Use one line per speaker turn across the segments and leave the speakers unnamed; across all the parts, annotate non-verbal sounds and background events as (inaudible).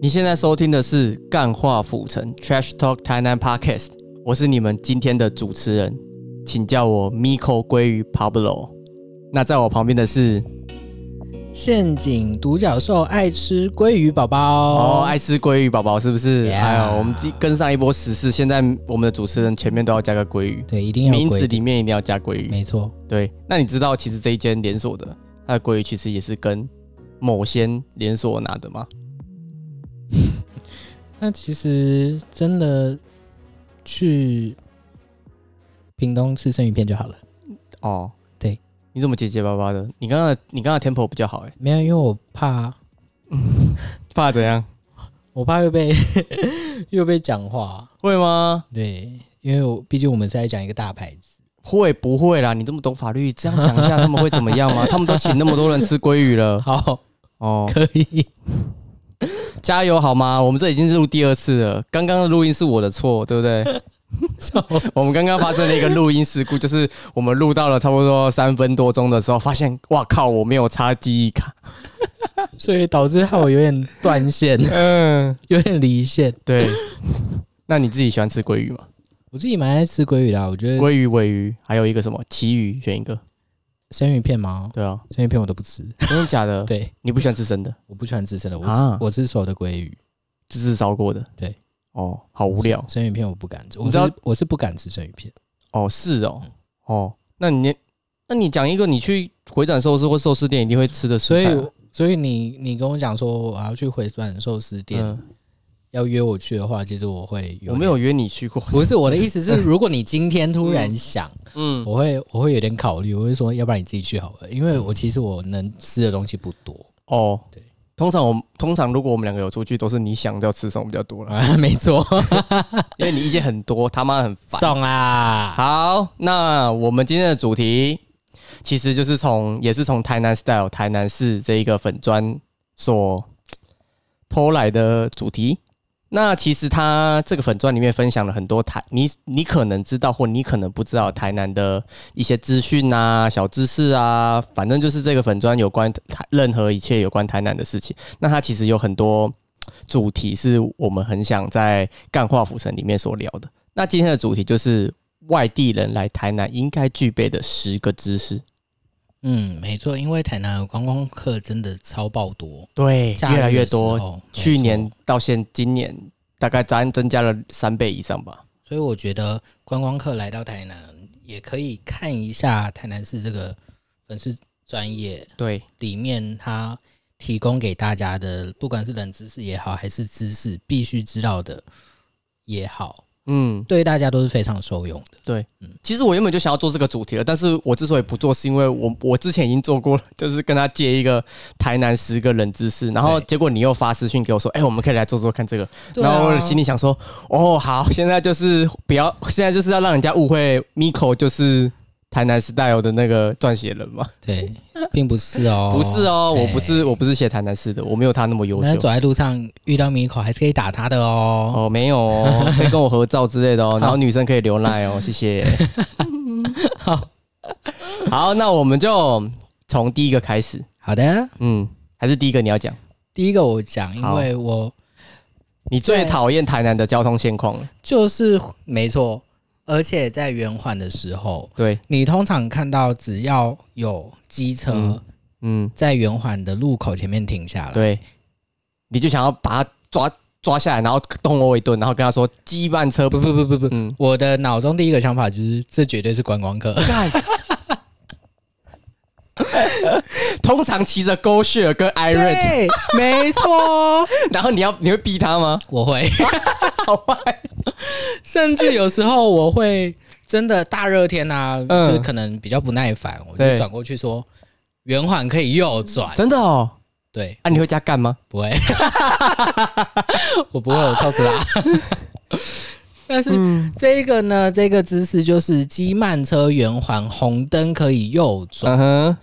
你现在收听的是《干话府城 Trash Talk 台南 Podcast》，我是你们今天的主持人，请叫我 Miko 鲑鱼 Pablo。那在我旁边的是
陷阱独角兽爱吃鲑鱼宝宝
哦，爱吃鲑鱼宝宝是不是？
Yeah
还有我们今跟上一波时事，现在我们的主持人前面都要加个鲑鱼，
对，一定要
名字
鲑鱼，
里面一定要加鲑鱼。
没错，
对，那你知道其实这一间连锁的它的鲑鱼其实也是跟某些连锁拿的吗？
那其实真的去屏东吃生鱼片就好了。
哦，
对，
你怎么结结巴巴的？你刚刚的你刚刚的 tempo 比较好哎，
没有，因为我怕，
怕怎
(laughs)
样？
我怕又被 (laughs) 又被讲话。
会吗？
对，因为我毕竟我们是在讲一个大牌
(laughs)
子，
会不会啦？你这么懂法律，这样讲一下他们会怎么样
(laughs)
吗？他们都请那么多人吃鲑鱼了
好，
哦，
可以。
加油好吗？我们这已经是录第二次了，刚刚的录音是我的错，对不对？我们刚刚发生了一个录音事故，就是我们录到了差不多三分多钟的时候，发现哇靠，我没有插记忆卡。
所以导致害我有点断线， (laughs)
嗯，
有点离线。
对。那你自己喜欢吃鲑鱼吗？
我自己蛮爱吃鲑鱼的啊、我觉得
鲑鱼、尾鱼，还有一个什么旗鱼，选一个。
生鱼片嘛，
对啊，
生鱼片我都不吃。
真的假的？，
对，
你不喜欢吃生的，
我不喜欢吃生的，我吃、
啊
我吃熟的鲑鱼。
就是烧过的。
对，
哦，好无聊。
生鱼片我不敢吃，
你
我
知
知
道
道我是不敢吃生鱼片。
哦，是哦，
嗯
哦，那你那你讲一个你去回转寿司或寿司店一定会吃的食
所
材
以
啊，
我，所以你你跟我讲说我要去回转寿司店、
嗯，
要约我去的话，其实我会有
我没
点
有约你去过，
不是我的意思是，如果你今天突然想，
嗯，
我会我会有点考虑，我会说，要不然你自己去好了，因为
嗯
我其实我能吃的东西不多
哦，
对，
通常我通常如果我们两个有出去，都是你想要吃什么比较多了，
啊， (laughs) 没错，
因为你意见很多，他妈很烦。
送啊，
好，那我们今天的主题其实就是从也是从台南 style 台南市这一个粉砖所偷来的主题。那其实他这个粉砖里面分享了很多台你你可能知道或你可能不知道台南的一些资讯啊、小知识啊，反正就是这个粉砖有关台任何一切有关台南的事情。那它其实有很多主题是我们很想在干化府城里面所聊的。那今天的主题就是外地人来台南应该具备的十个知识。
嗯，没错，因为台南的观光客真的超爆多，
对
假日
越来越
的时
多。
候，
去
没
年
错，
到现今年，大概咱增加了三倍以上吧。
所以我觉得观光客来到台南也可以看一下台南市这个粉丝专业，
对，
里面它提供给大家的，不管是冷知识也好，还是知识必须知道的也好，
嗯，
对大家都是非常受用的。
其实我原本就想要做这个主题了，但是我之所以不做，是因为我我之前已经做过了， (laughs) 就是跟他借一个台南十个冷知识，然后
对啊
结果你又发私讯给我说，哎、我们可以来做做看这个，然后我心里想说，哦，好，现在就是不要，现在就是要让人家误会 Miko 就是台南 style 的那个撰写人嘛。
对，并 (laughs) 不是哦，哎
不是哦，
对
我不。是我不是写台南市的，我没有他那么优
那走
秀。
在路上遇到米口还是可以打他的哦。
哦，没有哦，可以跟我合照之类的哦，然后女生可以留赖哦，谢谢。
(laughs)
好，那我们就从第一个开始，
好的，
嗯，还是第一个你要讲，
第一个我讲，因
好
为我
你最
对
讨厌台南的交通现况了，
就是没错，而且在圆环的时候，
对，
你通常看到只要有机车
嗯嗯，
在圆环的路口前面停下来，
对，你就想要把他抓抓下来，然后动殴一顿，然后跟他说羁绊车，
不不不不不，
嗯， (laughs)
我的脑中第一个想法就是，这绝对是观光客。
干。通常骑着 Go Share 跟 i r o n
对，没错，
然后你要你会逼他吗？
(laughs) 我会，
(laughs) 好坏，
甚至有时候我会真的大热天啊，
嗯
就是可能比较不耐烦，我
对
就转过去说，圆环可以右转。
真的哦。
对，
啊，你会加干吗？
不会， (laughs) 我不会，我超时啦。 (laughs) 但
嗯
是这个呢，这个姿势就是机慢车圆环红灯可以右转，
嗯哼，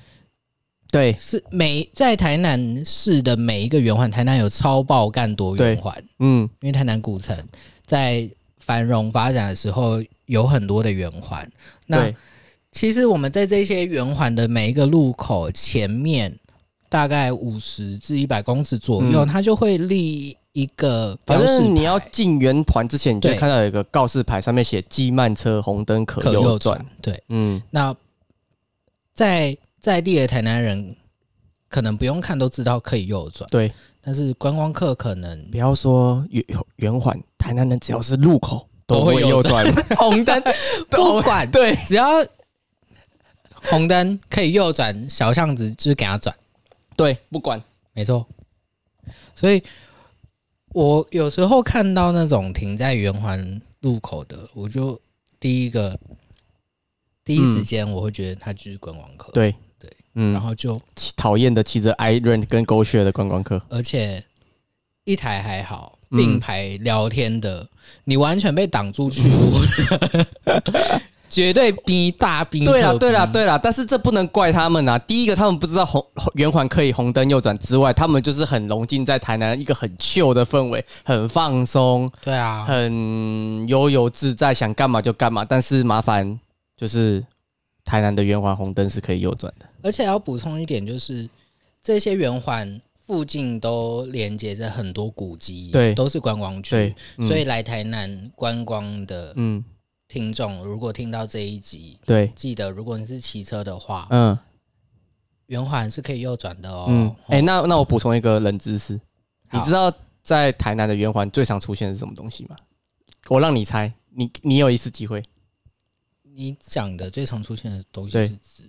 对
是每在台南市的每一个圆环，台南有超爆干多圆环，
嗯，
因为台南古城在繁荣发展的时候有很多的圆环。那
对，
其实我们在这些圆环的每一个路口前面，大概五十至一百公尺左右，
嗯
它就会立一个
反
标示
正你要
牌
进圆环之前，你就会
对
看到有一个告示牌，上面写“机慢车红灯可
可
右
右
转
转，对，”。
嗯，
那在在地的台南人可能不用看都知道可以右转，
对，
但是观光客可能
不要说圆圆环，台南人只要是路口都
都会
会右
右
转。
(laughs) 红灯不
(laughs)
管，
对，
只要红灯可以右转，小巷子就是给他转，
对，不管。
没错。所以我有时候看到那种停在圆环路口的，我就第一个第一时间我会觉得他就是观光客，、
对
对，然
嗯，
后就
骑讨厌的骑着 i r o n 跟 Go Share 的观光客，
而且一台还好，
嗯
并排聊天的，你完全被挡住
(laughs)
去路，绝对逼大逼。
对啦，
啦，
对啦，
啦，
对啦，但是这不能怪他们啊。第一个，他们不知道红 (laughs) 红圆环可以红灯右转之外，他们就是很融进在台南一个很 chill 的氛围，很放松，
对啊，
很悠游自在，想干嘛就干嘛。但是麻烦就是台南的圆环红灯是可以右转的，
而且要补充一点，就是这些圆环附近都连接着很多古迹，
对
都是观光区
对，，嗯
所以来台南观光的
嗯，
听众，如果听到这一集。
对，
记得，如果你是骑车的话，
嗯
圆环是可以右转的哦。
嗯，哎、
哦
那那我补充一个冷知识，
好
你知道在台南的圆环最常出现的是什么东西吗？我让你猜，你你有一次机会，
你讲的最常出现的东西
对
是指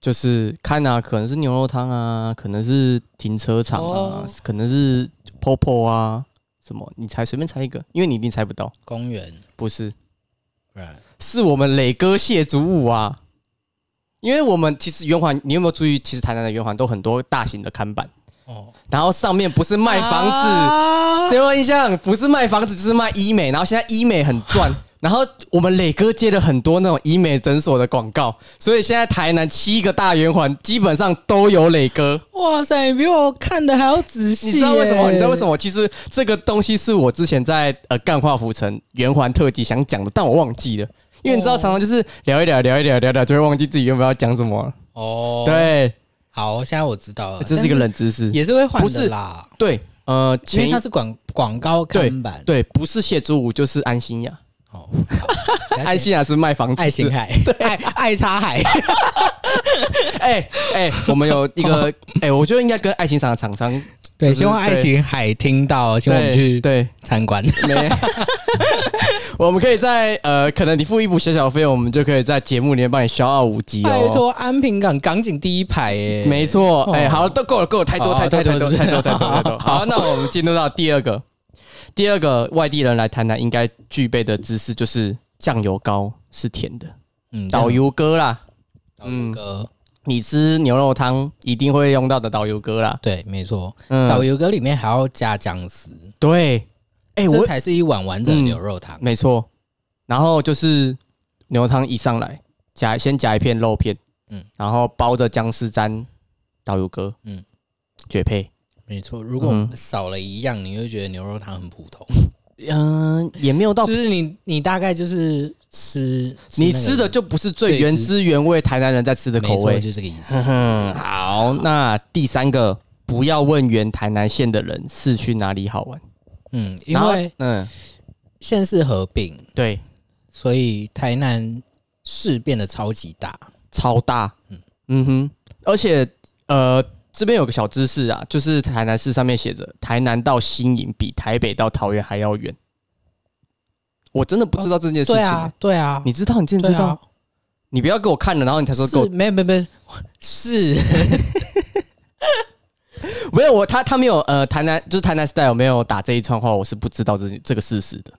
就是看啊，可能是牛肉汤啊，可能是停车场啊，
哦
可能是 POPO 啊，什么？你猜随便猜一个，因为你一定猜不到。
公园，
不是，
不然
是我们磊哥谢祖武啊。因为我们其实圆环，你有没有注意？其实台南的圆环都很多大型的看板，
哦，
然后上面不是卖房子，
啊子
对我印象不是卖房子就是卖医美，然后现在医美很赚，然后我们磊哥接了很多那种医美诊所的广告，所以现在台南七个大圆环基本上都有磊哥。
哇塞，你比我看的还要仔细。
你知道为什么？你知道为什
么？
么？其实这个东西是我之前在呃干化浮城圆环特辑想讲的，但我忘记了。因为你知道，
哦
常常就是聊一聊、聊一聊、聊一聊，就会忘记自己原本要讲什么了。
哦，，
对，哎
好，现在我知道了，
这是一个冷知识
但是，。也是会换
不是
的啦，
对，呃，
因
前
为
一
它是广广告看板。，
对，不是谢祖武就是安心雅， (laughs)
哦，
安心雅是卖房子的。
爱
(laughs)
情海，爱爱插海，
哎哎、我们有一
哦
个哎、我觉得应该跟爱情厂的厂商
对，
就是
希望爱情海听到，请我们去
对 (laughs)
参观。
对没，我们可以在呃，可能你付一部小小费，我们就可以在节目里面帮你消耗五集
拜
哦。
托，安平港港景第一排耶，
没错，哎、
哦
好了，都够了，够了，太多
哦
太多
太多
太多
是不
太
是
多太多太多。好，那我们进入到第二个，第二个外地人来台南应该具备的知识就是酱油膏是甜的，
嗯
导，游嗯哥啦，
导游哥，
你吃牛肉汤一定会用到的导游哥啦。
对，没错，
嗯，
导游哥里面还要加姜丝，
对，哎、我嗯
这才是一碗完整的牛肉汤。
没错。然后就是牛汤一上来，夹先夹一片肉片，嗯
嗯，
然后包着姜丝沾导游哥，嗯
嗯，
绝配。
没错，如果
嗯
少了一样，你会觉得牛肉汤很普通。
嗯、也没有到
就是你，你大概就是吃
你吃的就不是最原汁原味台南人在吃的
那个
口
没错
味。
就这个意思。
嗯，好，那第三个，不要问原台南县的人是去哪里好玩，
嗯，因
然后
为
嗯，
县市合并，
对，
所以台南市变得超级大。
超大，嗯哼，而且呃，这边有个小知识啊，就是台南市上面写着，台南到新营比台北到桃园还要远。我真的不知道这件事情、欸
对啊，对啊，
你知道？你真的
对
知道？
啊，
你不要给我看了，然后你才说给
是
我
没有没有没有是 (laughs)
没有我他他没有呃台南就是台南 style 没有打这一串话，我是不知道这这个事实的。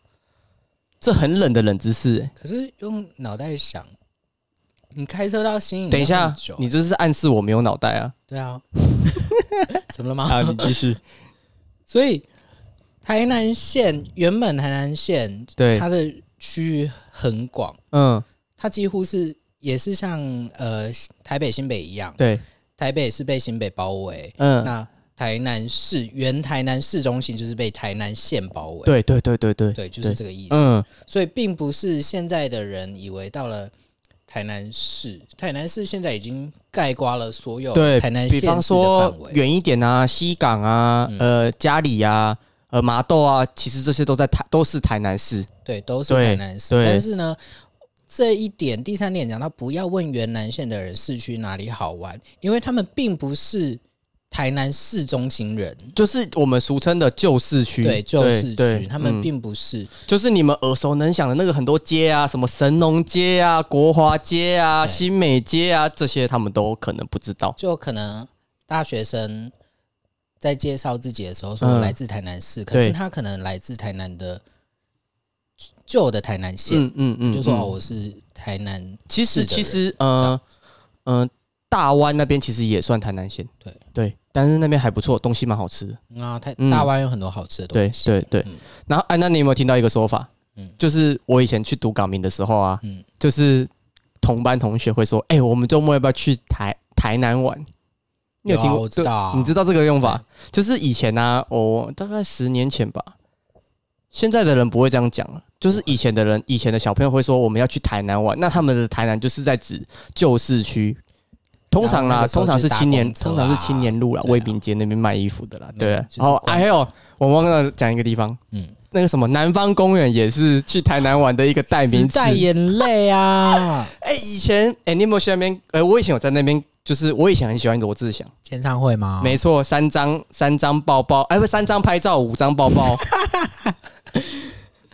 这很冷的冷知识、欸。
可是用脑袋想，你开车到新营
等一
要
下
嗯很久，
你这是暗示我没有脑袋
(laughs)
啊！(laughs)
对啊，怎么了吗？
啊，你继续。
所以台南县原本台南县
(laughs) 对，
它的区域很广，
嗯，
它几乎是也是像呃台北新北一样，
对，
台北是被新北包围，
嗯，
那台南市原台南市中心就是被台南县包围，
对对对对对，
对，就是这个意思。
嗯，
所以并不是现在的人以为到了。台南市，台南市现在已经盖刮了所有
对，
台南
比
县
方
市的
说
范围，
远一点啊，西港啊，
嗯
呃，嘉里啊，呃麻豆啊，其实这些都在台都是台南市。
对，都是
对
台南市。
对
但是呢，这一点第三点讲到，不要问原南县的人市区哪里好玩，因为他们并不是台南市中心人，
就是我们俗称的旧市区，
对，旧市
对
区，
对
他们
嗯
并不是。
就是你们耳熟能详的那个很多街啊，什么神农街啊、国华街啊、
对
新美街啊，这些他们都可能不知道。
就可能大学生在介绍自己的时候说
嗯
来自台南市，可是他可能来自台南的旧的台南县，
嗯嗯嗯，
就说
嗯
哦，我是台南。
其实
是的
其实呃嗯、呃大湾那边其实也算台南县，
对
对，但是那边还不错，东西蛮好吃的。
啊，台
嗯
大湾有很多好吃的
对
东西。
对对。
嗯
然后哎、那你有没有听到一个说法？
嗯
就是我以前去读港民的时候啊，
嗯
就是同班同学会说，哎、我们周末要不要去台台南玩？你有
有啊
听过？
我知道啊
对你知道这个用法？就是以前呢、我、大概十年前吧，现在的人不会这样讲了。就是以前的人，以前的小朋友会说我们要去台南玩，那他们的台南就是在指旧市区。通常
然后那
啦，
个时候
通常是
是搭
青年，
公车
通
啊
常是青年路啦，
对啊
卫兵街那边卖衣服的啦，
嗯
对啊。
就是
然后
逛
还有我忘了讲一个地方，
嗯，
那个什么南方公园也是去台南玩的一个代名
时
词。
代眼泪
(laughs)
啊，
哎、以前哎、你有没有去那边？哎、我以前有在那边，就是我以前很喜欢罗志祥，
演唱会吗？
没错，三张三张抱抱，哎、不，三张拍照，五张抱抱，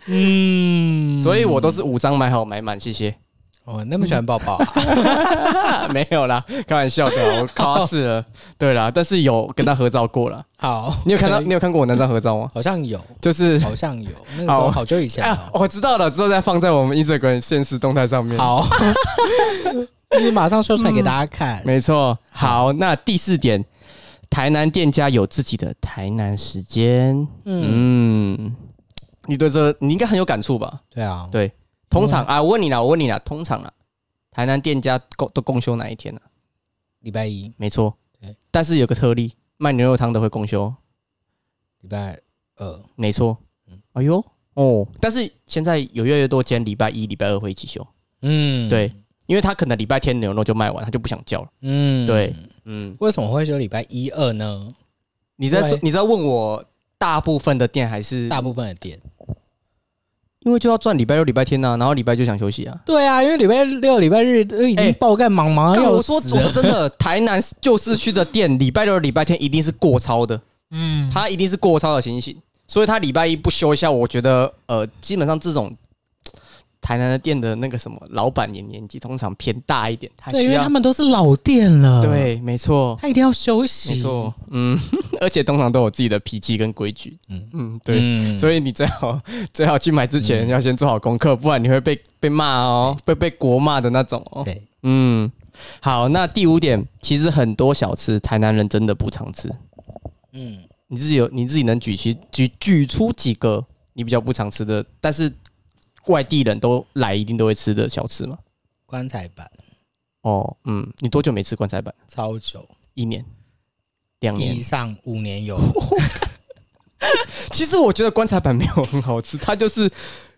嗯
所以我都是五张买好买满，谢谢。 (laughs)
我那么喜欢抱抱、
嗯
啊，
没有啦，开玩笑的，我夸饰了。对啦，但是有跟他合照过啦。
好，
你有看到？你有看过我那张合照吗？
好像有，
就是
好像有，那个时候好久以前
啊 (laughs)
了，。
我知道了，之后再放在我们 Instagram 现实动态上面。
好， (laughs) 就是马上秀出来给大家看。
没错，好，那第四点，台南店家有自己的台南时间。嗯你对这你应该很有感触吧？
对啊，
对，通常啊，我问你啦，我问你啦，通常啊，台南店家公都公休哪一天呢、啊
礼拜一、
没错
对，
但是有个特例，卖牛肉汤的会公休，
礼拜二，
没错。
嗯
哎呦哦，但是现在有越来越多间礼拜一、礼拜二会一起休，
嗯，
对，因为他可能礼拜天牛肉就卖完，他就不想叫了。
嗯，
对。嗯，
为什么会说礼拜一、二呢？
你在说
对
你在问我大部分的店还是
大部分的店。
因为就要赚礼拜六、礼拜天呐、然后礼拜就想休息啊。
对啊，因为礼拜六、礼拜日都已
哎
经爆干忙忙
但
要
我说，我
死了
说真的，台南旧市区的店，礼拜六、礼拜天一定是过超的，
嗯，
它一定是过超的情形，所以他礼拜一不休一下，我觉得呃，基本上这种嘖台南的店的那个什么老板也年纪通常偏大一点，他
对，
需
因为
要
他们都是老店了，，
对，没错，
他一定要休息，
没错，嗯，而且通常都有自己的脾气跟规矩，嗯
嗯
嗯，对。
嗯，
所以你最好 (laughs) 最好去买之前要先做好功课，不然你会被被骂哦，被被国骂的那种哦。
对，
嗯，好，那第五点，其实很多小吃台南人真的不常吃。
嗯，
你自己有你自己能举其举举出几个你比较不常吃的，但是外地人都来一定都会吃的小吃吗？
棺材板
哦，嗯，你多久没吃棺材板？
超久，
一年、两年
以？上五年有，
其实我觉得棺材板没有很好吃，它就是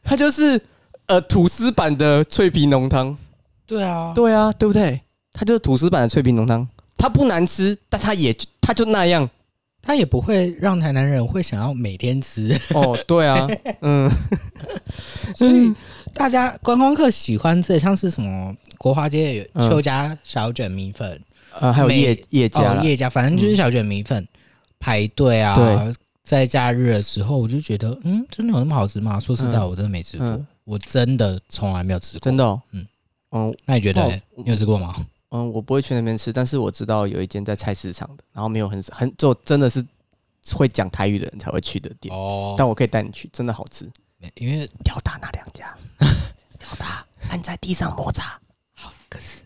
它就是呃吐司版的脆皮浓汤。
对啊，
(laughs) 对啊，对不对？它就是吐司版的脆皮浓汤，它不难吃，但它也就它就那样。
他也不会让台南人会想要每天吃，
(laughs) 哦，对啊，嗯，
所以大家观光客喜欢吃的像是什么国华街
嗯
有邱家小卷米粉，
呃，还有
每
叶叶家
哦
啦，
叶家，反正就是小卷米粉、排队啊
嗯对。
在假日的时候，我就觉得，嗯，真的有那么好吃吗？说实在，
嗯
我真的没吃过，
嗯
我真的从来没有吃过。
真的、哦，嗯
嗯
嗯
那你觉得
哦
嘞、你有吃过吗？
嗯，我不会去那边吃，但是我知道有一间在菜市场的，然后没有很很就真的是会讲台语的人才会去的店，
哦，
但我可以带你去，真的好吃。
因为
吊打那两家，吊打按在地上摩擦，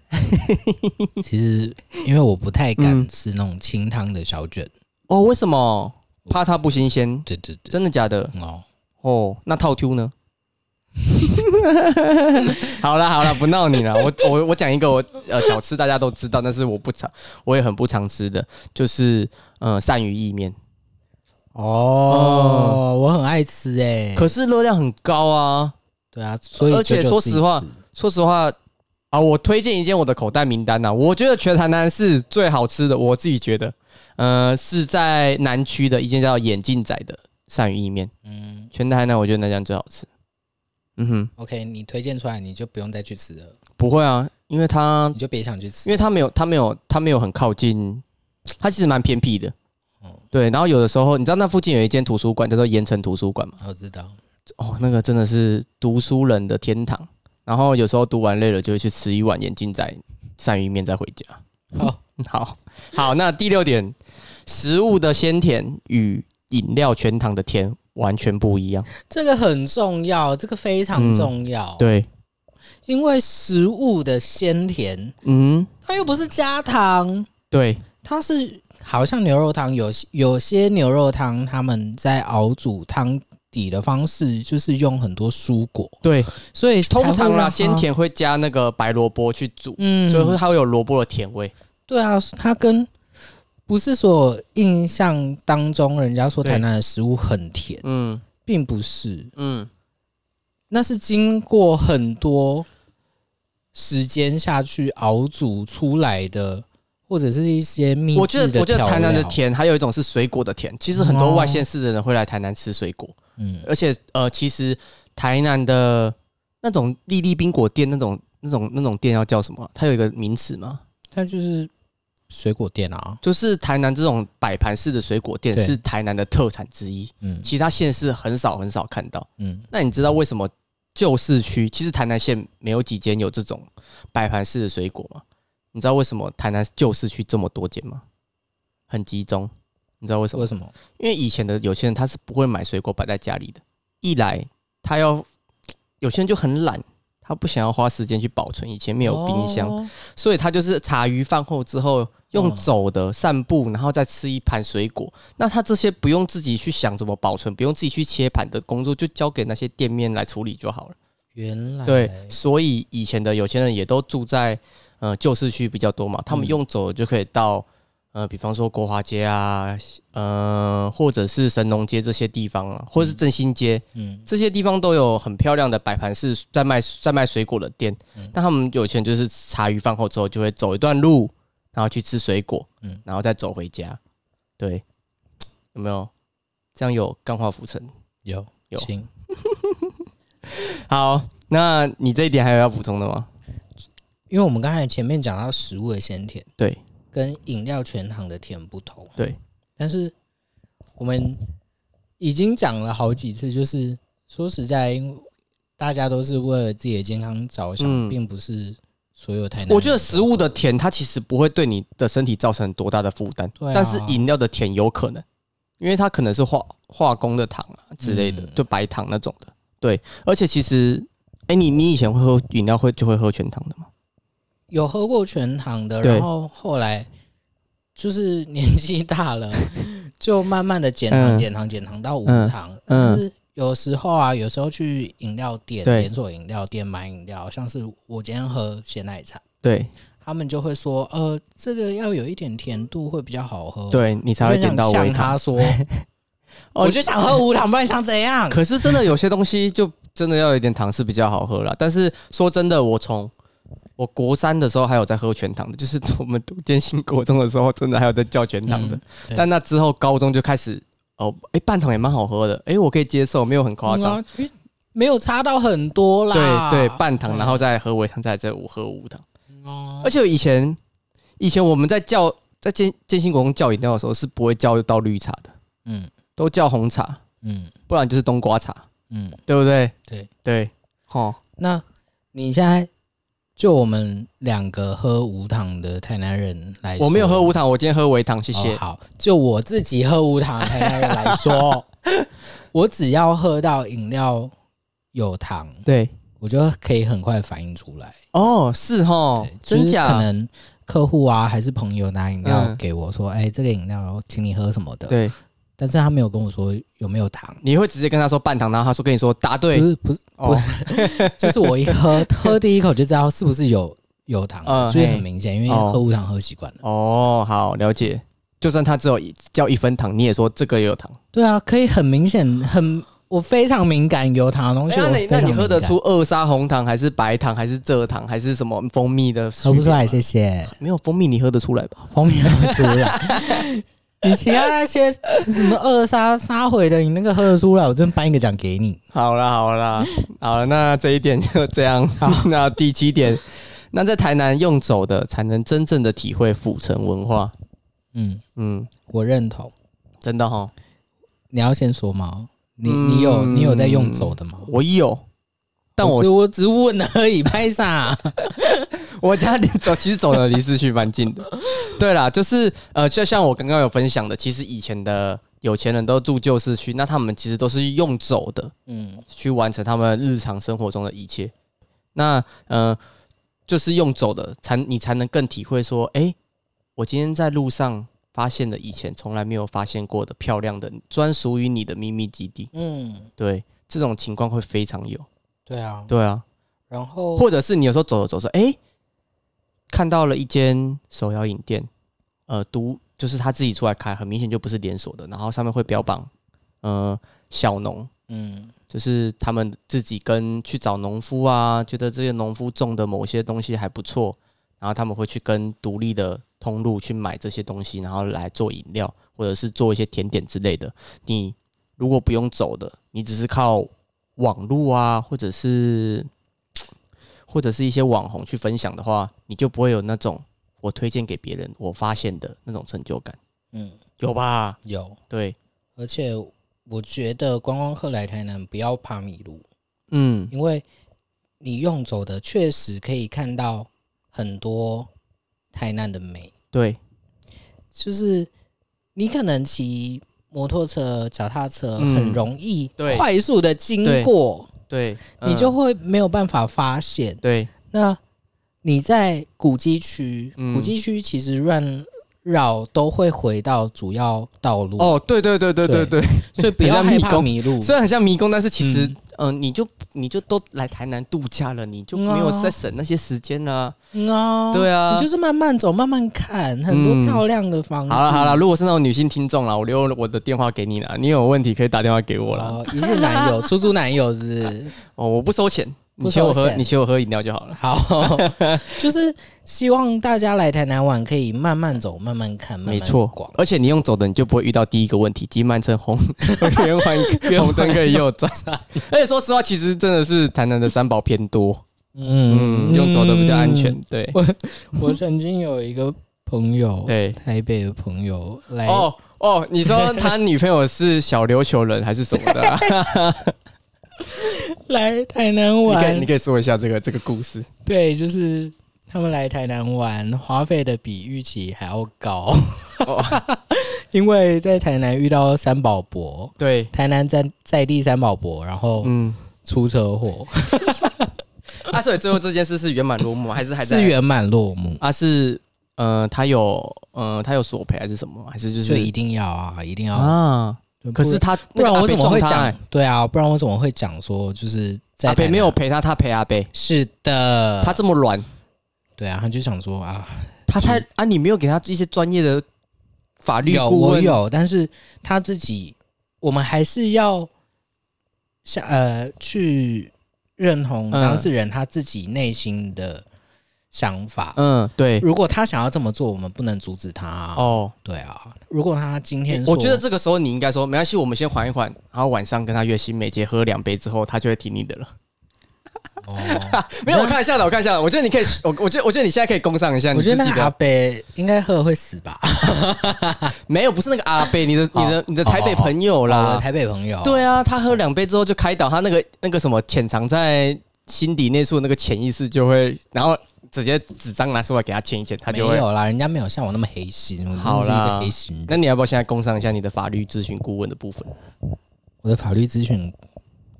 (laughs)
其实因为我不太
嗯
敢吃那种清汤的小卷，
哦，为什么？怕它不新鲜，
对对对，
真的假的？
嗯哦，
哦，那套 Q 呢？ (laughs) 好啦好啦，不闹你了。我我我讲一个我呃小吃大家都知道，但是我不常我也很不常吃的，就是呃鳝鱼意面，
哦，我很爱吃哎、
可是热量很高啊。
对啊，所以
而且
久久
说
吃
实
一
话
次
说实话啊，我推荐一间我的口袋名单呐、我觉得全台南是最好吃的，我自己觉得，呃是在南区的一间叫眼镜仔的鳝鱼意面，
嗯
全台南我觉得那家最好吃。嗯哼，
，OK，你推荐出来，你就不用再去吃了，
不会啊，因为它
你就别想去吃。
因为它没有它没有它没有很靠近，它其实蛮偏僻的
嗯。
对，然后有的时候你知道那附近有一间图书馆叫做盐城图书馆吗？
我知道，
哦，那个真的是读书人的天堂。然后有时候读完累了，就会去吃一碗眼镜仔鳝鱼面，再回家。
好，
(laughs) 好好，那第六点，食物的鲜甜与饮料全糖的甜完全不一样。
这个很重要，这个非常
嗯
重要，，
对，
因为食物的鲜甜，
嗯，
它又不是加糖，
对，
它是好像牛肉汤，有有些牛肉汤他们在熬煮汤底的方式就是用很多蔬果，
对，
所以才会
通常
让
啦，
它
鲜，甜会加那个白萝卜去煮，
嗯，
所以会它会有萝卜的甜味。
对啊，它跟不是所有印象当中人家说
对
台南的食物很甜，
嗯
并不是，
嗯，
那是经过很多时间下去熬煮出来的，或者是一些秘
我觉
制
得
的
我觉得
调
台南的
料，
甜，还有一种是水果的甜。其实很多
哦
外县市的人会来台南吃水果，
嗯，
而且呃，其实台南的那种丽丽冰果店那种。那种那种店要叫什么啊？它有一个名词吗？
它就是水果店啊，
就是台南这种摆盘式的水果店
对
是台南的特产之一，
嗯
其他县市很少很少看到。
嗯，
那你知道为什么旧市区其实台南县没有几间有这种摆盘式的水果吗？你知道为什么台南旧市区这么多间吗？很集中，你知道为什么
为？什么？
因为以前的有些人他是不会买水果摆在家里的，一来他要有些人就很懒，他不想要花时间去保存，以前没有冰箱，
哦
所以他就是茶余饭后之后用
嗯
走的散步，然后再吃一盘水果。那他这些不用自己去想怎么保存，不用自己去切盘的工作，就交给那些店面来处理就好了。
原来
对，所以以前的有钱人也都住在呃旧市区比较多嘛，他们
嗯
用走的就可以到呃，比方说国华街啊，呃，或者是神农街这些地方啊，或者是振兴街。
嗯，
这些地方都有很漂亮的摆盘式在卖在卖水果的店，
嗯
那、他们有钱就是茶余饭后之后就会走一段路，然后去吃水果，
嗯
然后再走回家。对，有没有？这样有钢化浮沉。
有
有
请
好，那你这一点还有要补充的吗？
因为我们刚才前面讲到食物的鲜甜
对，
跟饮料全糖的甜不同，
对，
但是我们已经讲了好几次，就是说实在，因为大家都是为了自己的健康着想，
嗯
并不是所有台南人都。
我觉得食物的甜它其实不会对你的身体造成多大的负担，
对啊
但是饮料的甜有可能，因为它可能是化化工的糖啊之类的，
嗯
就白糖那种的。对，而且其实，哎、你你以前会喝饮料会就会喝全糖的吗？
有喝过全糖的，
对
然后后来就是年纪大了，就慢慢的减糖、
嗯
减糖、减糖到无
嗯
糖。
嗯
但是有时候啊，有时候去饮料店、
对
连锁饮料店买饮料，像是我今天喝鲜奶茶，
对，
他们就会说，呃，这个要有一点甜度会比较好喝。，
对你才
就
会
想
点到微
像
糖。
他说，
(laughs) 哦
我就想喝无糖，不然想怎样？
可是真的有些东西就真的要有一点糖是比较好喝啦。但是说真的，我从我国三的时候还有在喝全糖的，就是我们读建新国中的时候，真的还有在叫全糖的。
嗯对
但那之后高中就开始哦，哎、半糖也蛮好喝的，哎、我可以接受，没有很夸张。
嗯啊因为没有差到很多啦。
对对，半糖，然后再喝微糖，再再五喝无糖。
嗯
而且以前以前我们在叫在建建新国中叫饮料的时候是不会叫到绿茶的，
嗯
都叫红茶，
嗯
不然就是冬瓜茶，
嗯，
对不对？
对
对，哦，
那你现在就我们两个喝无糖的台南人来说，
我没有喝无糖，我今天喝微糖，谢谢。
哦好，就我自己喝无糖的台南人
(laughs)
来说，我只要喝到饮料有糖，
对，
我就可以很快反应出来。
哦，是哦
对，
真
就是可
假？
能客户啊还是朋友拿饮料
嗯
给我说，哎、这个饮料请你喝什么的，
对，
但是他没有跟我说有没有糖。
你会直接跟他说半糖，然后他说跟你说答
不
对
是不是， (laughs)
哦，
就是我一喝喝第一口就知道是不是有 (laughs) 有糖的，
嗯
所以
嘿
很明显，因为
哦
喝无糖喝习惯了。
哦，好了解。就算他只有一叫一分糖，你也说这个也有糖。
对啊，可以很明显，很我非常敏感有糖的东
哎、
西，我
那你
哦非
那
常
你喝得
敏感
出？二砂红糖还是白糖还是蔗糖还是什么蜂蜜的？
喝不出来，谢谢。
没有蜂蜜你喝得出来吧？
蜂蜜喝不出来， (laughs) 你其他那些什么扼杀、杀毁的，你那个喝得出来，我真颁一个奖给你。
好啦，好 (laughs) 啦，好啦，那这一点就这样。好， (laughs) 那第七点，那在台南用走的，才能真正的体会府城文化。
嗯，
嗯，
我认同。
真的哈，
你要先说吗？你你有你有在用走的吗？
我有，嗯但我
我只我只问而已，拍啥？ (laughs)
我家离走其实走的离市区蛮近 (laughs) 的。对啦，就是呃，就像我刚刚有分享的，其实以前的有钱人都住旧市区，那他们其实都是用走的
嗯
去完成他们日常生活中的一切。那呃，就是用走的才你才能更体会说，哎、我今天在路上发现了以前从来没有发现过的漂亮的专属于你的秘密基地。
嗯，
对，这种情况会非常有。
对啊。
对啊，
然后
或者是你有时候走着走着，哎、看到了一间手摇饮店，呃，独就是他自己出来开，很明显就不是连锁的，然后上面会标榜，呃，小农，
嗯
就是他们自己跟去找农夫啊，觉得这些农夫种的某些东西还不错，然后他们会去跟独立的通路去买这些东西，然后来做饮料或者是做一些甜点之类的。你如果不用走的，你只是靠网络啊，或者是或者是一些网红去分享的话，你就不会有那种我推荐给别人我发现的那种成就感，
嗯
有吧？
有，
对，
而且我觉得观光客来台南不要怕迷路，
嗯
因为你用走的确实可以看到很多台南的美，
对，
就是你可能骑摩托车、脚踏车
嗯
很容易
对
快速的经
对
过，
对，
你就
嗯
会没有办法发现。
对，
那你在古迹区，
嗯
古迹区其实乱绕都会回到主要道路，
哦，对对对对对对，
所以不要
很像
害
迷
怕
宫
迷路。
虽然很像迷宫，但是其实，
嗯
嗯、你就你就都来台南度假了，你就
啊
没有在省那些时间了、
嗯啊
对啊
你就是慢慢走，慢慢看，很多
嗯
漂亮的房子。
好了好了，，如果是那种女性听众啦，我留我的电话给你啦，你有问题可以打电话给我啦。
哦，一日
(laughs)
男友，出租男友是不是
哦，我不收钱，
不
你请我
收
喝，
钱
你请我喝饮料就好了。 (laughs)
好，就是希望大家来台南玩可以慢慢走，慢慢看，慢
没
慢
错
逛，。
而且你用走的，你就不会遇到第一个问题，金曼城红圆
(laughs)
环红灯可以右转。而且说实话，其实真的是台南的三宝偏多，嗯，用走的比较安全。
嗯
对
我曾经有一个朋友，
对，
台北的朋友来，
哦哦，你说他女朋友是小琉球人还是什么的 (laughs) 啊、
来台
你
南
可以
玩
你，可以说一下这个这个故事。
对，就是他们来台南玩，花费的比预期还要高，
哦
(laughs) 因为在台南遇到三宝伯，
对，
台南在在地三宝伯，然后
嗯，
出车祸，
啊，所以最后这件事是圆满落幕吗，还是还在？
是圆满落幕，
啊，是呃，他有呃，他有索赔还是什么？还是就
所以
是
一定要啊，一定要。
啊？可是他
不
那个
然我
阿北
怎么会
撞他
讲
欸？
对啊，不然我怎么会讲说就是在
阿
台
北
南
没有赔他，他赔阿北。
是的，
他这么软，
对啊，他就想说啊，
他才啊，你没有给他一些专业的法律
有
顾
我
问。
有，但是他自己，我们还是要像呃去认同
嗯
当事人他自己内心的想法。
嗯，对，
如果他想要这么做，我们不能阻止他、啊。哦，
哦，
对啊，如果他今天
我
说
觉得这个时候你应该说没关系，我们先缓一缓，然后晚上跟他约新美姐喝两杯之后，他就会听你的了。 (laughs)
哦，
没有，我开玩笑的，我开玩笑的。我觉得你可以，我我觉得我觉得你现在可以攻上一下你
我
自
觉
己
得
的。
那个阿北应该喝了会死吧？
没有，不是那个阿贝，你的
好
你
(laughs)
的你的台北朋友
好了，
啦。
台北朋友，
对啊，他喝两杯之后就开导他那个那个什么潜藏在心底那处的那个潜意识就会，然后直接纸张拿出来给他签一签，他
没
就会。
有啦，人家没有像我那么黑心，我真
好
的是一个
啦
黑心人。
那你要不要现在攻上一下你的法律咨询顾问的部分？
我的法律咨询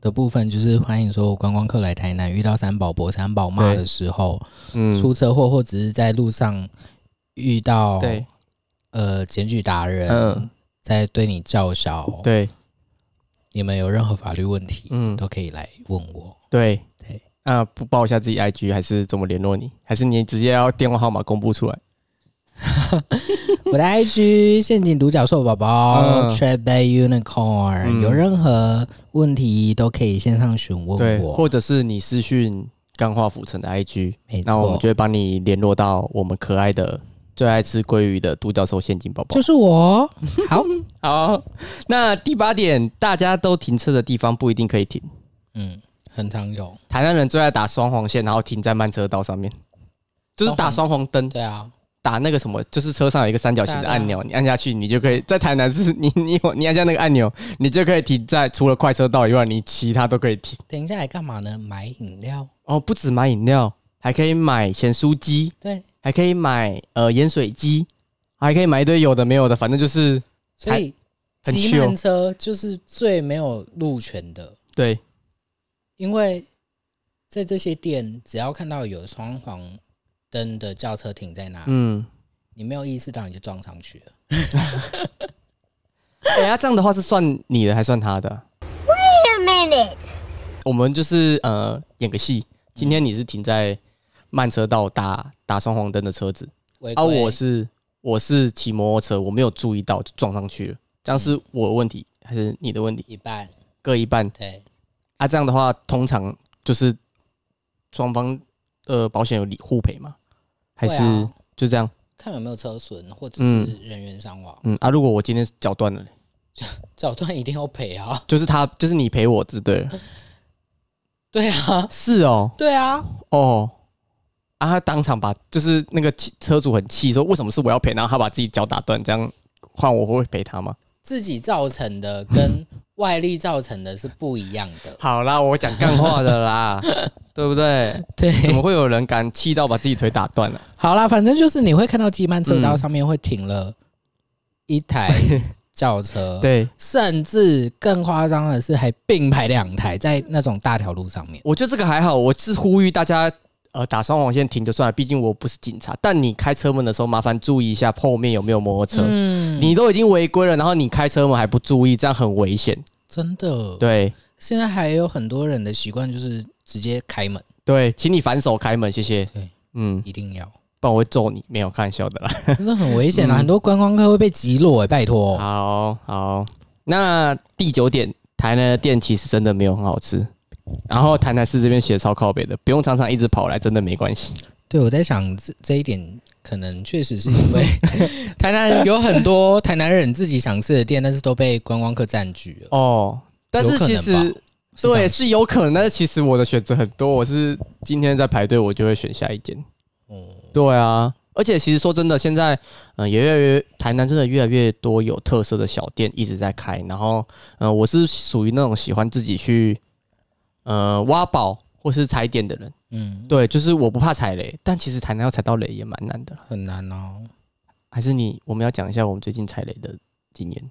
的部分就是欢迎所有观光客来台南，遇到三宝伯、三宝妈
对
的时候，
嗯，
出车祸或只是在路上遇到
对
呃检举达人，
嗯
在对你叫嚣，
对，
你们有任何法律问题，
嗯
都可以来问我。
对
对。
那不报一下自己 IG 还是怎么联络你？还是你直接要电话号码公布出来？
我的 IG 陷阱独角兽宝宝
嗯
t r a b a Unicorn，、
嗯
有任何问题都可以线上询
对，
问我。
或者是你私讯钢化浮城的 IG，
没
那我们
错
就，会帮你联络到我们可爱的最爱吃鲑鱼的独角兽现金包包。
就是我。好，
好，那第八点，大家都停车的地方不一定可以停。
嗯，很常有。
台南人最爱打双黄线，然后停在慢车道上面，就是打双黄灯，
对啊，
打那个什么，就是车上有一个三角形的
对啊
按钮，你按下去，你就可以在台南市， (laughs) 你你你按下那个按钮，你就可以停在除了快车道以外，你其他都可以停。
停下来干嘛呢？买饮料。
哦，不止买饮料，还可以买咸酥鸡，
对，
还可以买呃盐水鸡，还可以买一堆有的没有的，反正就是
所以
很
骑
chill
慢车就是最没有路权的，
对
因为在这些店，只要看到有双黄灯的轿车停在那，
嗯。
你没有意识到你就撞上去了。
哎、呀，这样的话是算你的还算他的？
Wait a minute.
我们就是呃演个戏，今天你是停在慢车道打打双黄灯的车子，
违
而、
规
啊我是我是骑摩托车，我没有注意到就撞上去了，这样是我的问题还是你的问题？
一半，
各一半
对，
啊，这样的话通常就是双方呃保险有理互赔吗？还
会
是、
啊
就这样？
看有没有车损或者是人员伤亡，
嗯啊，如果我今天脚断了嘞，
早断一定要赔啊。 (laughs)
就是他就是你赔我就对了，
对啊，
是哦
对啊，
哦。啊！他当场把就是那个汽车主很气，说为什么是我要赔？然后他把自己脚打断，这样换我会赔他吗？
自己造成的跟外力造成的是不一样的。
好啦，我讲干话的
(laughs)
啦，对不对？
对，
怎么会有人敢气到把自己腿打断啊了、
好啦，反正就是你会看到机慢车道上面会停了一台轿车，，
(laughs) 对，
甚至更夸张的是还并排两台在那种大条路上面。
我觉得这个还好，我是呼吁大家。呃，打双黄线停就算了，毕竟我不是警察。但你开车门的时候，麻烦注意一下后面有没有摩托车。
嗯，
你都已经违规了，然后你开车门还不注意，这样很危险。
真的，
对
现在还有很多人的习惯就是直接开门，
对，请你反手开门，谢谢。
对，
嗯，
一
(laughs)
定要，
不然我会揍你。没有开玩笑的啦。
真的很危
嗯
险啊！很多观光客会被击落哎、拜
啊
托。
好好，那第九点，台南的店其实真的没有很好吃。然后台南市这边写超靠北的，不用常常一直跑来，真的没关系。
对，我在想这这一点，可能确实是
(laughs)
因为台南有很多台南人自己想吃的店，但是都被观光客占据了。
哦，但是
有可
其
能
实
吧这
对
样
是有可能，但是其实我的选择很多，我是今天在排队，我就会选下一间。
哦，
对啊，而且其实说真的，现在嗯也越来越台南真的越来越多有特色的小店一直在开，然后嗯、呃我是属于那种喜欢自己去呃挖宝或是踩点的人。
嗯，
对，就是我不怕踩雷，但其实台南要踩到雷也蛮难的啦。
很难哦。
还是你，我们要讲一下我们最近踩雷的经验，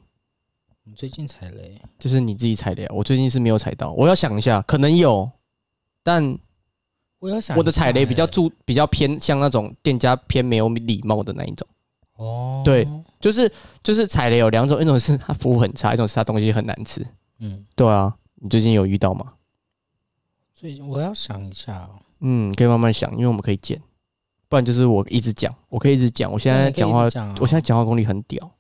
我最近踩雷，
就是你自己踩雷啊。我最近是没有踩到，我要想一下，可能有，但
我要想
我的踩雷比较
重
注比较偏向那种店家偏没有礼貌的那一种，
哦。
对，就是就是踩雷有两种，一种是他服务很差，一种是他东西很难吃。
嗯，
对啊，你最近有遇到吗？
最近我要想一下哦。
嗯，可以慢慢想，因为我们可以剪，不然就是我一直讲，我可以一直讲，我现在讲话，我现
在，
在讲话功力很屌。
哦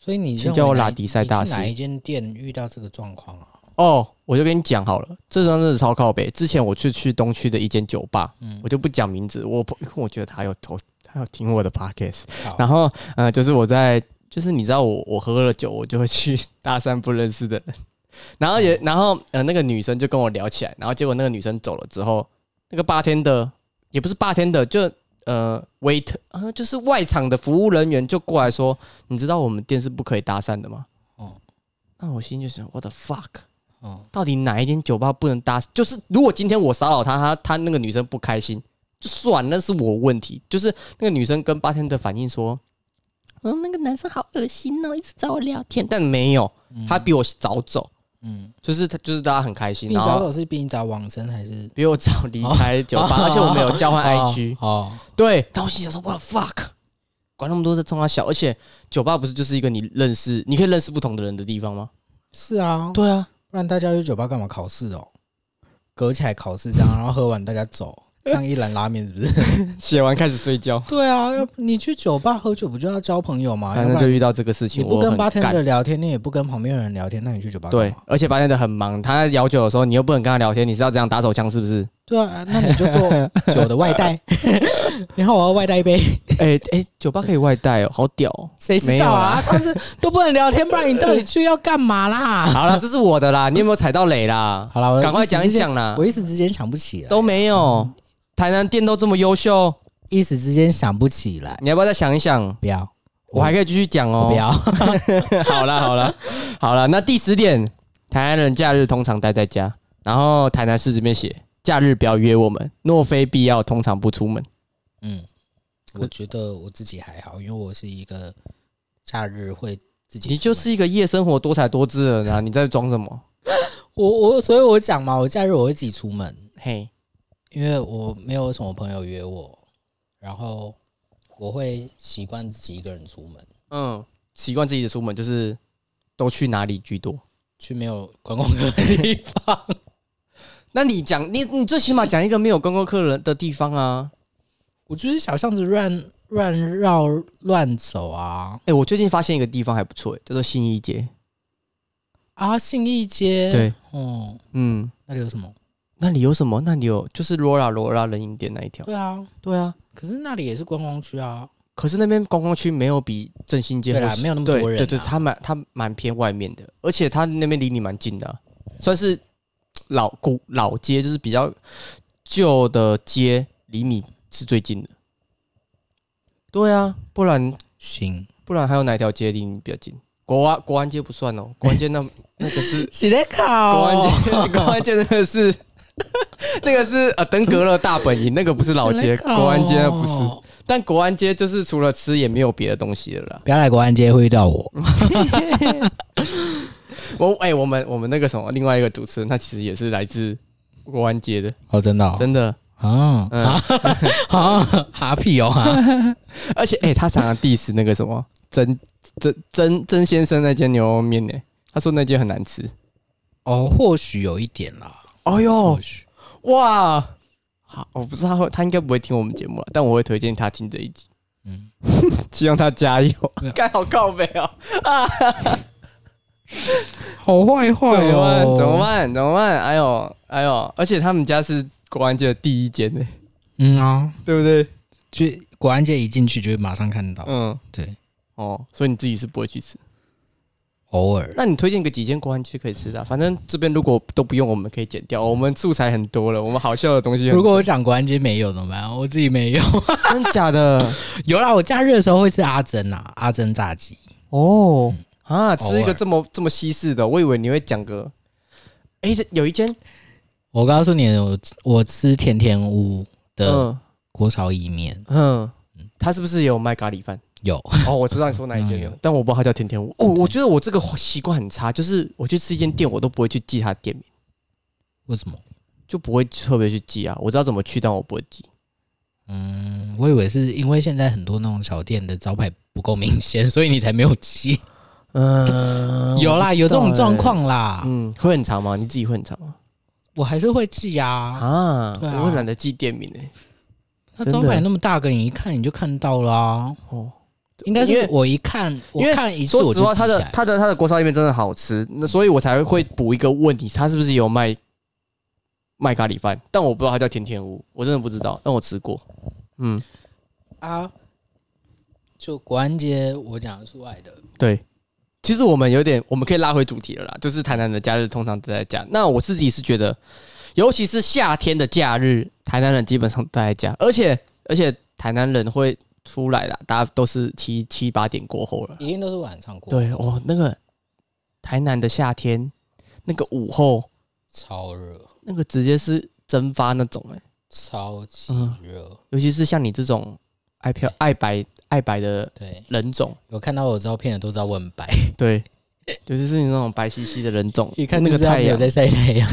所以你
请
认为
叫我
哪
拉
一
迪赛
你
大
去哪
师
一间店遇到这个状况啊？
哦，我就跟你讲好了，这张真的超靠北。之前我去去东区的一间酒吧，
嗯
我，就不讲名字，我不因为我觉得他有投，他有听我的 podcast。
好
然后，呃，就是我在，就是你知道我我喝了酒，我就会去搭讪不认识的人， (laughs) 然后也然后呃那个女生就跟我聊起来，然后结果那个女生走了之后，那个八天的也不是八天的，就呃 wait 啊、就是外场的服务人员就过来说，你知道我们店是不可以搭讪的吗？
哦
那我心里就想，what the fuck。
哦，
到底哪一间酒吧不能搭？就是如果今天我骚扰他，他他那个女生不开心，就算那是我问题。就是那个女生跟八天的反映说，嗯，那个男生好恶心哦，一直找我聊天，但没有，他比我早走，
嗯，
就是他就是大家很开心，
比你
然
早
后
走是比你早往生还是
比我早离开酒吧，而且我们有交换 IG，
(laughs) 哦，
对，但我心想说，我 fuck。管那么多在冲他小，而且酒吧不是就是一个你认识，你可以认识不同的人的地方吗？
是啊，
对啊，
不然大家去酒吧干嘛考试哦？隔起来考试
(laughs)
这样，然后喝完大家走，像一兰拉面是不是？
写完开始睡觉，
对啊，要你去酒吧喝酒不就要交朋友吗？
反正
要不
就
然
遇到这个事情，
你不
我
跟
很
八天
干
的聊天，你也不跟旁边的人聊天，那你去酒吧干
对
嘛？，
而且白天的很忙，他在摇酒的时候，你又不能跟他聊天，你是要这样打手枪是不是？
对啊，那你就做 (laughs) 酒的外带，然后我要外带一杯，
(laughs) 哎、哎、酒吧可以外带哦，好屌、哦！
谁知道啊？但是都不能聊天，不然你到底去要干嘛啦？
好了，这是我的啦，你有 (laughs) 没有踩到雷啦？
好啦，我
赶快
一时啊之
讲一
间
讲啦
我一时之间想不起来，
都没有，台南店都这么优秀，
一时之间想不起来，
你要不要再想一想？
不要，
我还可以继续讲
我
哦。
不要，
(laughs) 好啦，好啦，好啦。那第十点，台南人假日通常待在家，然后台南市这边写，假日不要约我们，若非必要，通常不出门。
嗯，我觉得我自己还好，因为我是一个假日会自己出门，
你就是一个夜生活多彩多姿的人啊！你在装什么？
我我，所以我讲嘛，我假日我会自己出门，
嘿，
因为我没有什么朋友约我，然后我会习惯自己一个人出门，
嗯，习惯自己的出门就是都去哪里居多。
去没有观光客的地方。 (laughs)
那你讲，你你最起码讲一个没有观光客人的地方啊！
我就是小巷子乱乱绕乱走啊
哎、我最近发现一个地方还不错、叫做信义街。
啊！信义街，
对，
哦、
嗯，
那里有什么？那
那里有什么？那里有就是罗拉罗拉人影店那一条。
对啊，
对啊，
可是那里也是观光区啊。
可是那边观光区没有比振兴街
对啦
或是
没有那么多人啊
对对对，它蛮它蛮偏外面的，而且它那边离你蛮近的啊、算是老古老街，就是比较旧的街，离你是最近的。对啊，不然
行，
不然还有哪条街离你比较近？国安国安街不算哦，国安街那那个
(laughs)
是
是在考
国安街，国安街那个是 (laughs) 那个是呃登革热大本营，那个不是老
(laughs)
街，国安街那不是。但国安街就是除了吃也没有别的东西了啦。
不要来国安街会遇到
嗯
我。
我哎、我们我们那个什么，另外一个主持人，他其实也是来自国安街的，
哦，真的、哦，
真的。
啊
嗯
啊 (laughs) 啊！哈屁哦哈！
而且哎、他常常 diss 那个什么曾曾曾曾先生那间牛肉面呢、他说那间很难吃。
哦，或许有一点啦，
哎呦
或，许。
哇！好，我不知道他会，他应该不会听我们节目了，但我会推荐他听这一集，
嗯，
(laughs) 希望他加油。盖好靠背哦，
好坏
怎
坏
么办？，
哦
怎么？办？怎么办？哎呦，哎呦！而且他们家是国安街的第一间呢、
嗯啊，
对不对？
就国安街一进去就会马上看到，
嗯，
对，
哦，所以你自己是不会去吃。
偶尔
那你推荐个几间国安区可以吃的啊、反正这边如果都不用，我们可以剪掉。我们素材很多了，我们好笑的东西很多。
如果我讲国安街没有怎么办？我自己没有， (laughs)
真假
(coughs)
的
有啦，我假日的时候会吃阿珍啊，阿珍炸鸡，
哦啊，吃一
偶
个
尔
这么这么西式的，我以为你会讲个。哎、这有一间，
我告诉你，我我吃甜甜屋的
嗯
锅烧意面
嗯，他是不是也有卖咖喱
(laughs)
饭？
有，
哦，我知道你说哪一间
嗯
了
有，嗯
但我不知道它叫甜甜屋。哦，我觉得我这个习惯很差，就是我去吃一间店，我都不会去记它的店名，
为什么？
就不会特别去记啊。我知道怎么去，但我不会记。
嗯，我以为是因为现在很多那种小店的招牌不够明显，所以你才没有记。
嗯
有啦，有这种状。况啦，
嗯，会很长吗？你自己会很长吗？
我还是会记啊。
啊，
对啊
我很懒得记店名欸诶、
那
真
招
的
牌那么大个，你一看你就看到啦、
哦，
应该
因
是
为
我一看，我
因为
看一次
说
我
实
就
话，
记
他
起
的
来。
他的他的锅烧意面真的好吃，那所以我才会补一个问题，他是不是有卖卖咖喱饭？但我不知道他叫甜甜屋，我真的不知道，但我吃过。嗯，
啊，就国安街我讲得出来的，
对。其实我们有点，我们可以拉回主题了啦，就是台南的假日通常都在家。那我自己是觉得，尤其是夏天的假日，台南人基本上都在家，而且而且台南人会出来啦，大家都是七七八点过后了。
一定都是晚上过，
对，哦，那个台南的夏天，那个午后，
超热，
那个直接是蒸发那种哎、
超级
嗯
热。
尤其是像你这种爱漂爱白爱白的
对，
人种，
有看到我照片的都知道我 (laughs) 很白，
对，尤其是你那种白兮兮的人种，
一看
那
就
个
知道
太
没有
阳，
在晒太阳。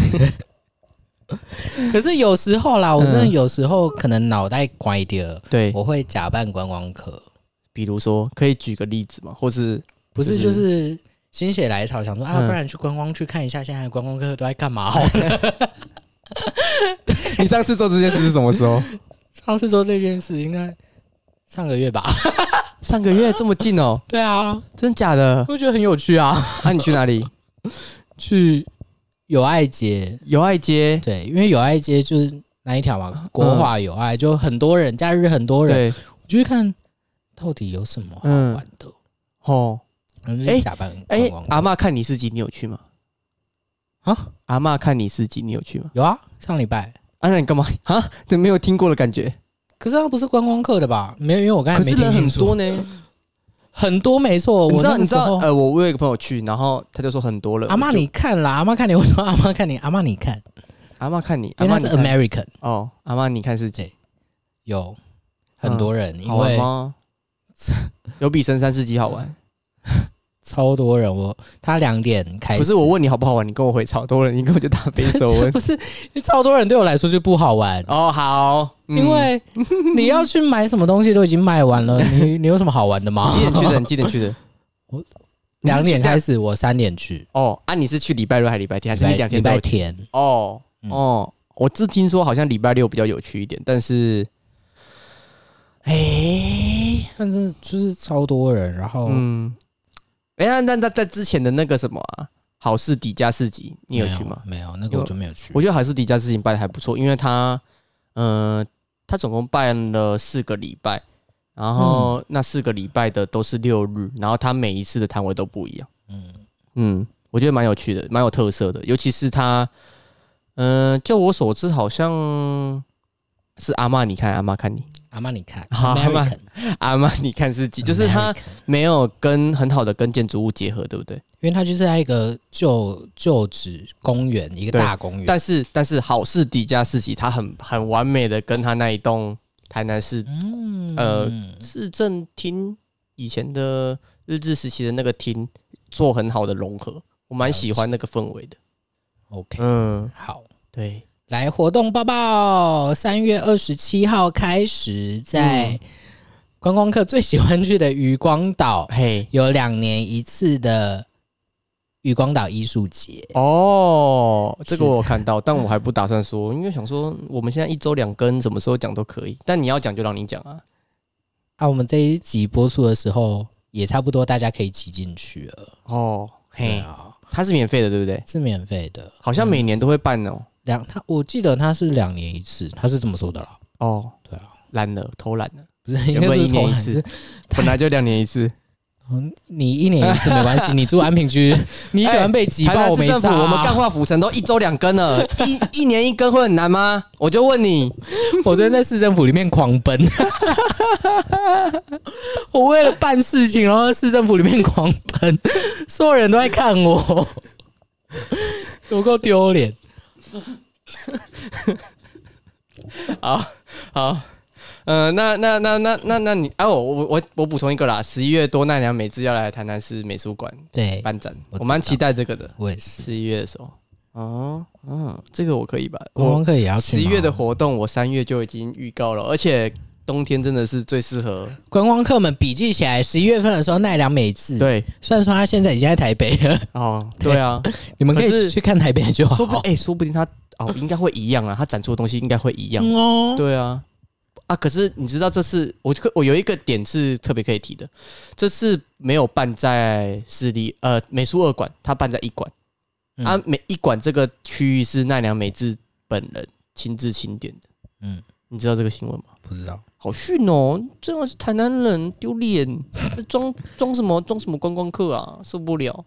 (laughs) 可是有时候啦，我真的
嗯
有时候可能脑袋乖一点，
对，
我会假扮观光客，
比如说可以举个例子嘛，或是
不是
就
就是是心血来潮想说啊，
嗯
不然去观光去看一下现在的观光客都在干 (laughs) 嘛好了。
(laughs) 你上次做这件事是什么时候？
上次做这件事应该上个月吧？
(laughs) 上个月这么近哦，
对啊，
真假的？
我觉得很有趣啊，
啊，你去哪 (laughs) 里？
去友爱街。
友爱街，
对，因为友爱街就是那一条嘛，国画有爱，就很多人，假日很多人，
嗯对，嗯
我就去看到底有什么好玩的，
哦，
然后就去假扮
哎、
观光客
阿嬷看你四集，你有去吗？
啊，
阿嬷看你四集，你有去吗？
有啊，上礼拜，
啊，那你干嘛啊？怎么没有听过的感觉？
可是他不是观光客的吧？没有，因为我刚才
可
哎没
是
听
人
清
很
楚
多，呢。
很多没错，
你
我
知道
那
你
个
知
时
道
候
呃，我我有一个朋友去，然后他就说很多了。
阿妈
我就
你看啦，阿妈看你，我说 (laughs) 阿妈看你，阿妈你看，
阿嬷看你，阿
因为
嬷
他
你
哎是
看
American，
哦，阿嬷你看四集，
有很多人，因
嗯好玩
为
吗？ (laughs) 有比神山四集好玩？
超多人，我他两点开始，。
不是我问你好不好玩，你跟我回超多人，你根本就答非所问
(laughs) 不是，因为超多人对我来说就不好玩，
哦，好，嗯
因为你要去买什么东西都已经卖完了，你 (laughs) 你有什么好玩的吗
你？几点去的？你几点去的？
(laughs) 我
你是
两
去
点
这样
开始，我三点去，
哦，啊，你是去礼拜六还是礼拜天？还
礼
是
拜
你两天
礼
都有
拜
去？
天，
哦
嗯
哦，我只听说好像礼拜六比较有趣一点，但是，哎、
但是就是超多人，然后
嗯，哎、那那那在之前的那个什么啊，好事迪加市集，你有去吗？
没有，那个我就没有去
我。觉得好事迪加市集办的还不错，因为他，呃，他总共办了四个礼拜，然后
嗯
那四个礼拜的都是六日，然后他每一次的摊位都不一样。
嗯，
嗯，我觉得蛮有趣的，蛮有特色的，尤其是他，嗯、就我所知，好像是阿嬷你看阿嬷看你，
阿妈你看
好阿嬷
，American，
阿嬷你看自己，就是他
American
没有跟很好的跟建筑物结合，对不对？
因为它就是在一个旧旧址公园，一个
对
大公园，
但是但是好事迪加市集，它很很完美的跟他那一栋台南市
嗯
呃市政厅以前的日治时期的那个厅做很好的融合，我蛮喜欢那个氛围的。
，OK，
嗯，
好。
对，
来活动报报，三月二十七号开始，在观光客最喜欢去的渔光岛， (laughs)
嘿，
有两年一次的渔光岛艺术节。
哦，这
是
个我有看到，但我还不打算说，因为想说我们现在一周两更，什么时候讲都可以。但你要讲就让你讲啊。
啊，我们这一集播出的时候，也差不多大家可以挤进去了。
哦，
对
嘿，
啊，
它是免费的，对不对？
是免费的。
好像每年都会办哦。
两，他我记得他是两年一次，他是这么说的啦。
哦，
对啊，
懒了，偷懒了，
不是
有没有
因为不
一
是
年
同
一
行
次
是？
本来就两年一 (laughs) 次。
嗯，你一年一次没关系，你住安
(laughs)
平区，你喜欢被挤
哎台
爆，
南
我
市
没
政府，
差啊。
我们干化府城都一周两更了， (laughs) 一一年一更会很难吗？我就问你，
(laughs) 我昨天在市政府里面狂奔， (laughs) 我为了办事情，然后在市政府里面狂奔，所有人都在看我，有够丢脸。
(laughs) 好好，呃，那那那那那那你，啊，我我我我补充一个啦，十一月多奈良美智要来台南市美术馆
对，
办展，
我知
我蛮
道
期待这个的。
我也是。
十一月的时候，哦，嗯，这个我可以吧？
观光
我
客也要
十
去吗
一月的活动，我三月就已经预告了，而且冬天真的是最适合。
观光客们笔记起来，十一月份的时候奈良美智。，
对，
虽然说他现在已经在台北了，
哦，对啊，
你们可
可
以
是
去看台北就好。
(laughs) 说不，哎、说不定他哦，应该会一样啊，他展出的东西应该会一样。
嗯哦，
对啊，啊，可是你知道这次我可我有一个点是特别可以提的，这次没有办在市立呃美术二馆，他办在一馆、
嗯
啊，每一馆这个区域是奈良美智本人亲自钦点的。
嗯
嗯，你知道这个新闻吗？
不知道。
好逊哦！这样是台南人丢脸，装装什么装什么观光客啊，受不了！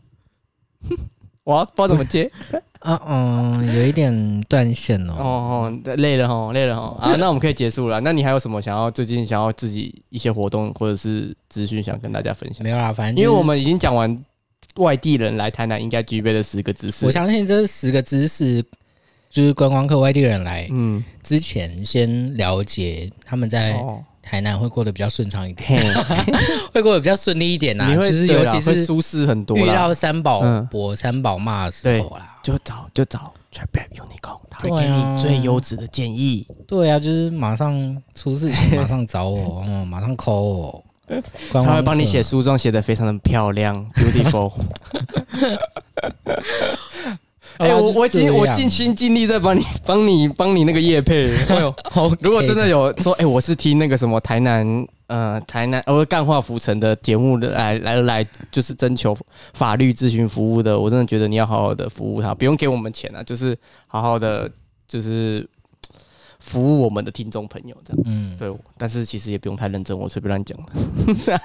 (laughs) 我不知道怎么接。
啊嗯，有一点断线
哦。哦，累了哦，累了哦。 (laughs) 啊，那我们可以结束了。那你还有什么想要最近想要自己一些活动或者是资讯想跟大家分享
没？有啦，反正
因
就
为
是
我们已经讲完外地人来台南应该具备的十个知识。
我相信这十个知识，就是观光客外地人来
嗯，
之前，先了解他们在
哦，
台南会过得比较顺畅一
(laughs)
点，
嘿，
会过得比较顺利一点啦。
你会
就是
对
尤
啦
其
会
是
舒适很多
遇
啦。
到三宝
嗯
伯、三宝妈的时候啦，
就找就找 Trap Unicorn，他会
对
给
啊
你最优质的建议。
对啊，就是马上出事
(laughs)
情，马上找我，嗯，马上 call 我。观光
他会帮你
客
写书状，写的非常的漂 (laughs) 亮，beautiful。
好啦
哎、我
就是
我尽我
这样
尽心尽力在帮你帮你帮你那个叶配。哎呦，
OK
如果真的有说，哎、我是听那个什么台南呃台南呃干化浮城的节目的来来来，就是征求法律咨询服务的，我真的觉得你要好好的服务他，不用给我们钱啊，就是好好的就是服务我们的听众朋友这样。
嗯，
对，但是其实也不用太认真，我随便乱讲。 (laughs)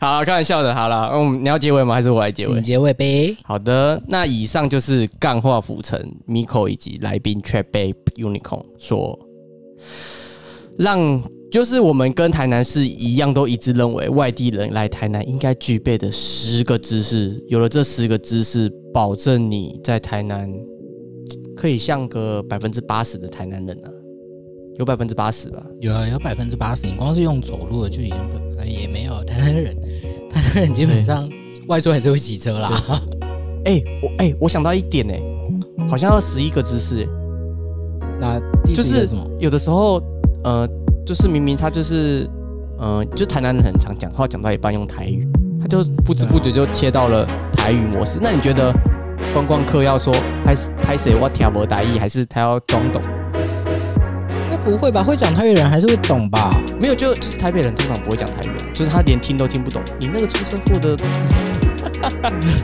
好啦，开玩笑的。好了，嗯，你要结尾吗？还是我来结尾
你？结尾呗。
好的，那以上就是干化浮城 Miko 以及来宾 Trap Babe Unicorn 说，让就是我们跟台南市一样，都一致认为外地人来台南应该具备的十个知识。有了这十个知识，保证你在台南嘖可以像个百分之八十的台南人啊，有百分之八十吧？
有啊，有百分之八十，你光是用走路的就已经不呃也没有。台南人，台南人基本上外出还是会骑车啦。
哎、我哎、我想到一点哎、好像要十一个知识、欸。
那第一
就
个
是
什么？
有的时候，呃，就是明明他就是，呃，就台南人很常讲话，讲到一半用台语，他就不知不觉就切到了台语模式。那你觉得观光客要说拍拍谁我听不台语，还是他要装懂？
应该不会吧？会讲台语的人还是会懂吧？
没有，就就是台北人通常不会讲台语、啊，就是他连听都听不懂。你那个出车祸 (laughs) 的，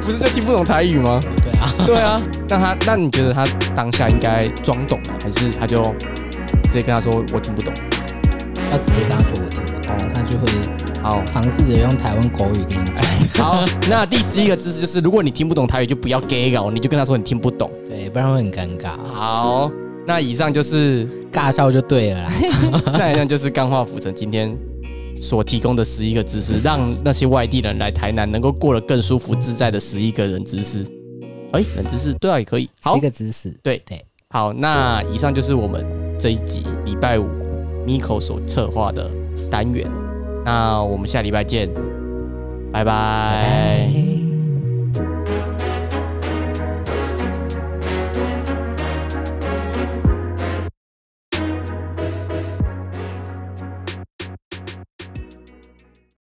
不是就听不懂台语吗？ (laughs)
对啊，
对啊，那他那你觉得他当下应该装懂吗？还是他就直接跟他说我听不懂？
要直接跟他说我听不懂，他就会
好，
尝试着用台湾口语跟你讲。
好， (laughs) 那第十一个知识就是，如果你听不懂台语，就不要 gay 搞，你就跟他说你听不懂。
对，不然会很尴尬，
好，那以上就是， (laughs)
尬笑就对 (laughs) 了啦。
那以上就是钢化浮城今天所提供的十一个知识，让那些外地人来台南能够过得更舒服自在的十一个人知识。哎、冷知识，对啊，也可以。
是
好
一，个姿势。
对
对，
好，那以上就是我们这一集礼拜五 Miko 所策划的单元。那我们下礼拜见，拜拜
拜。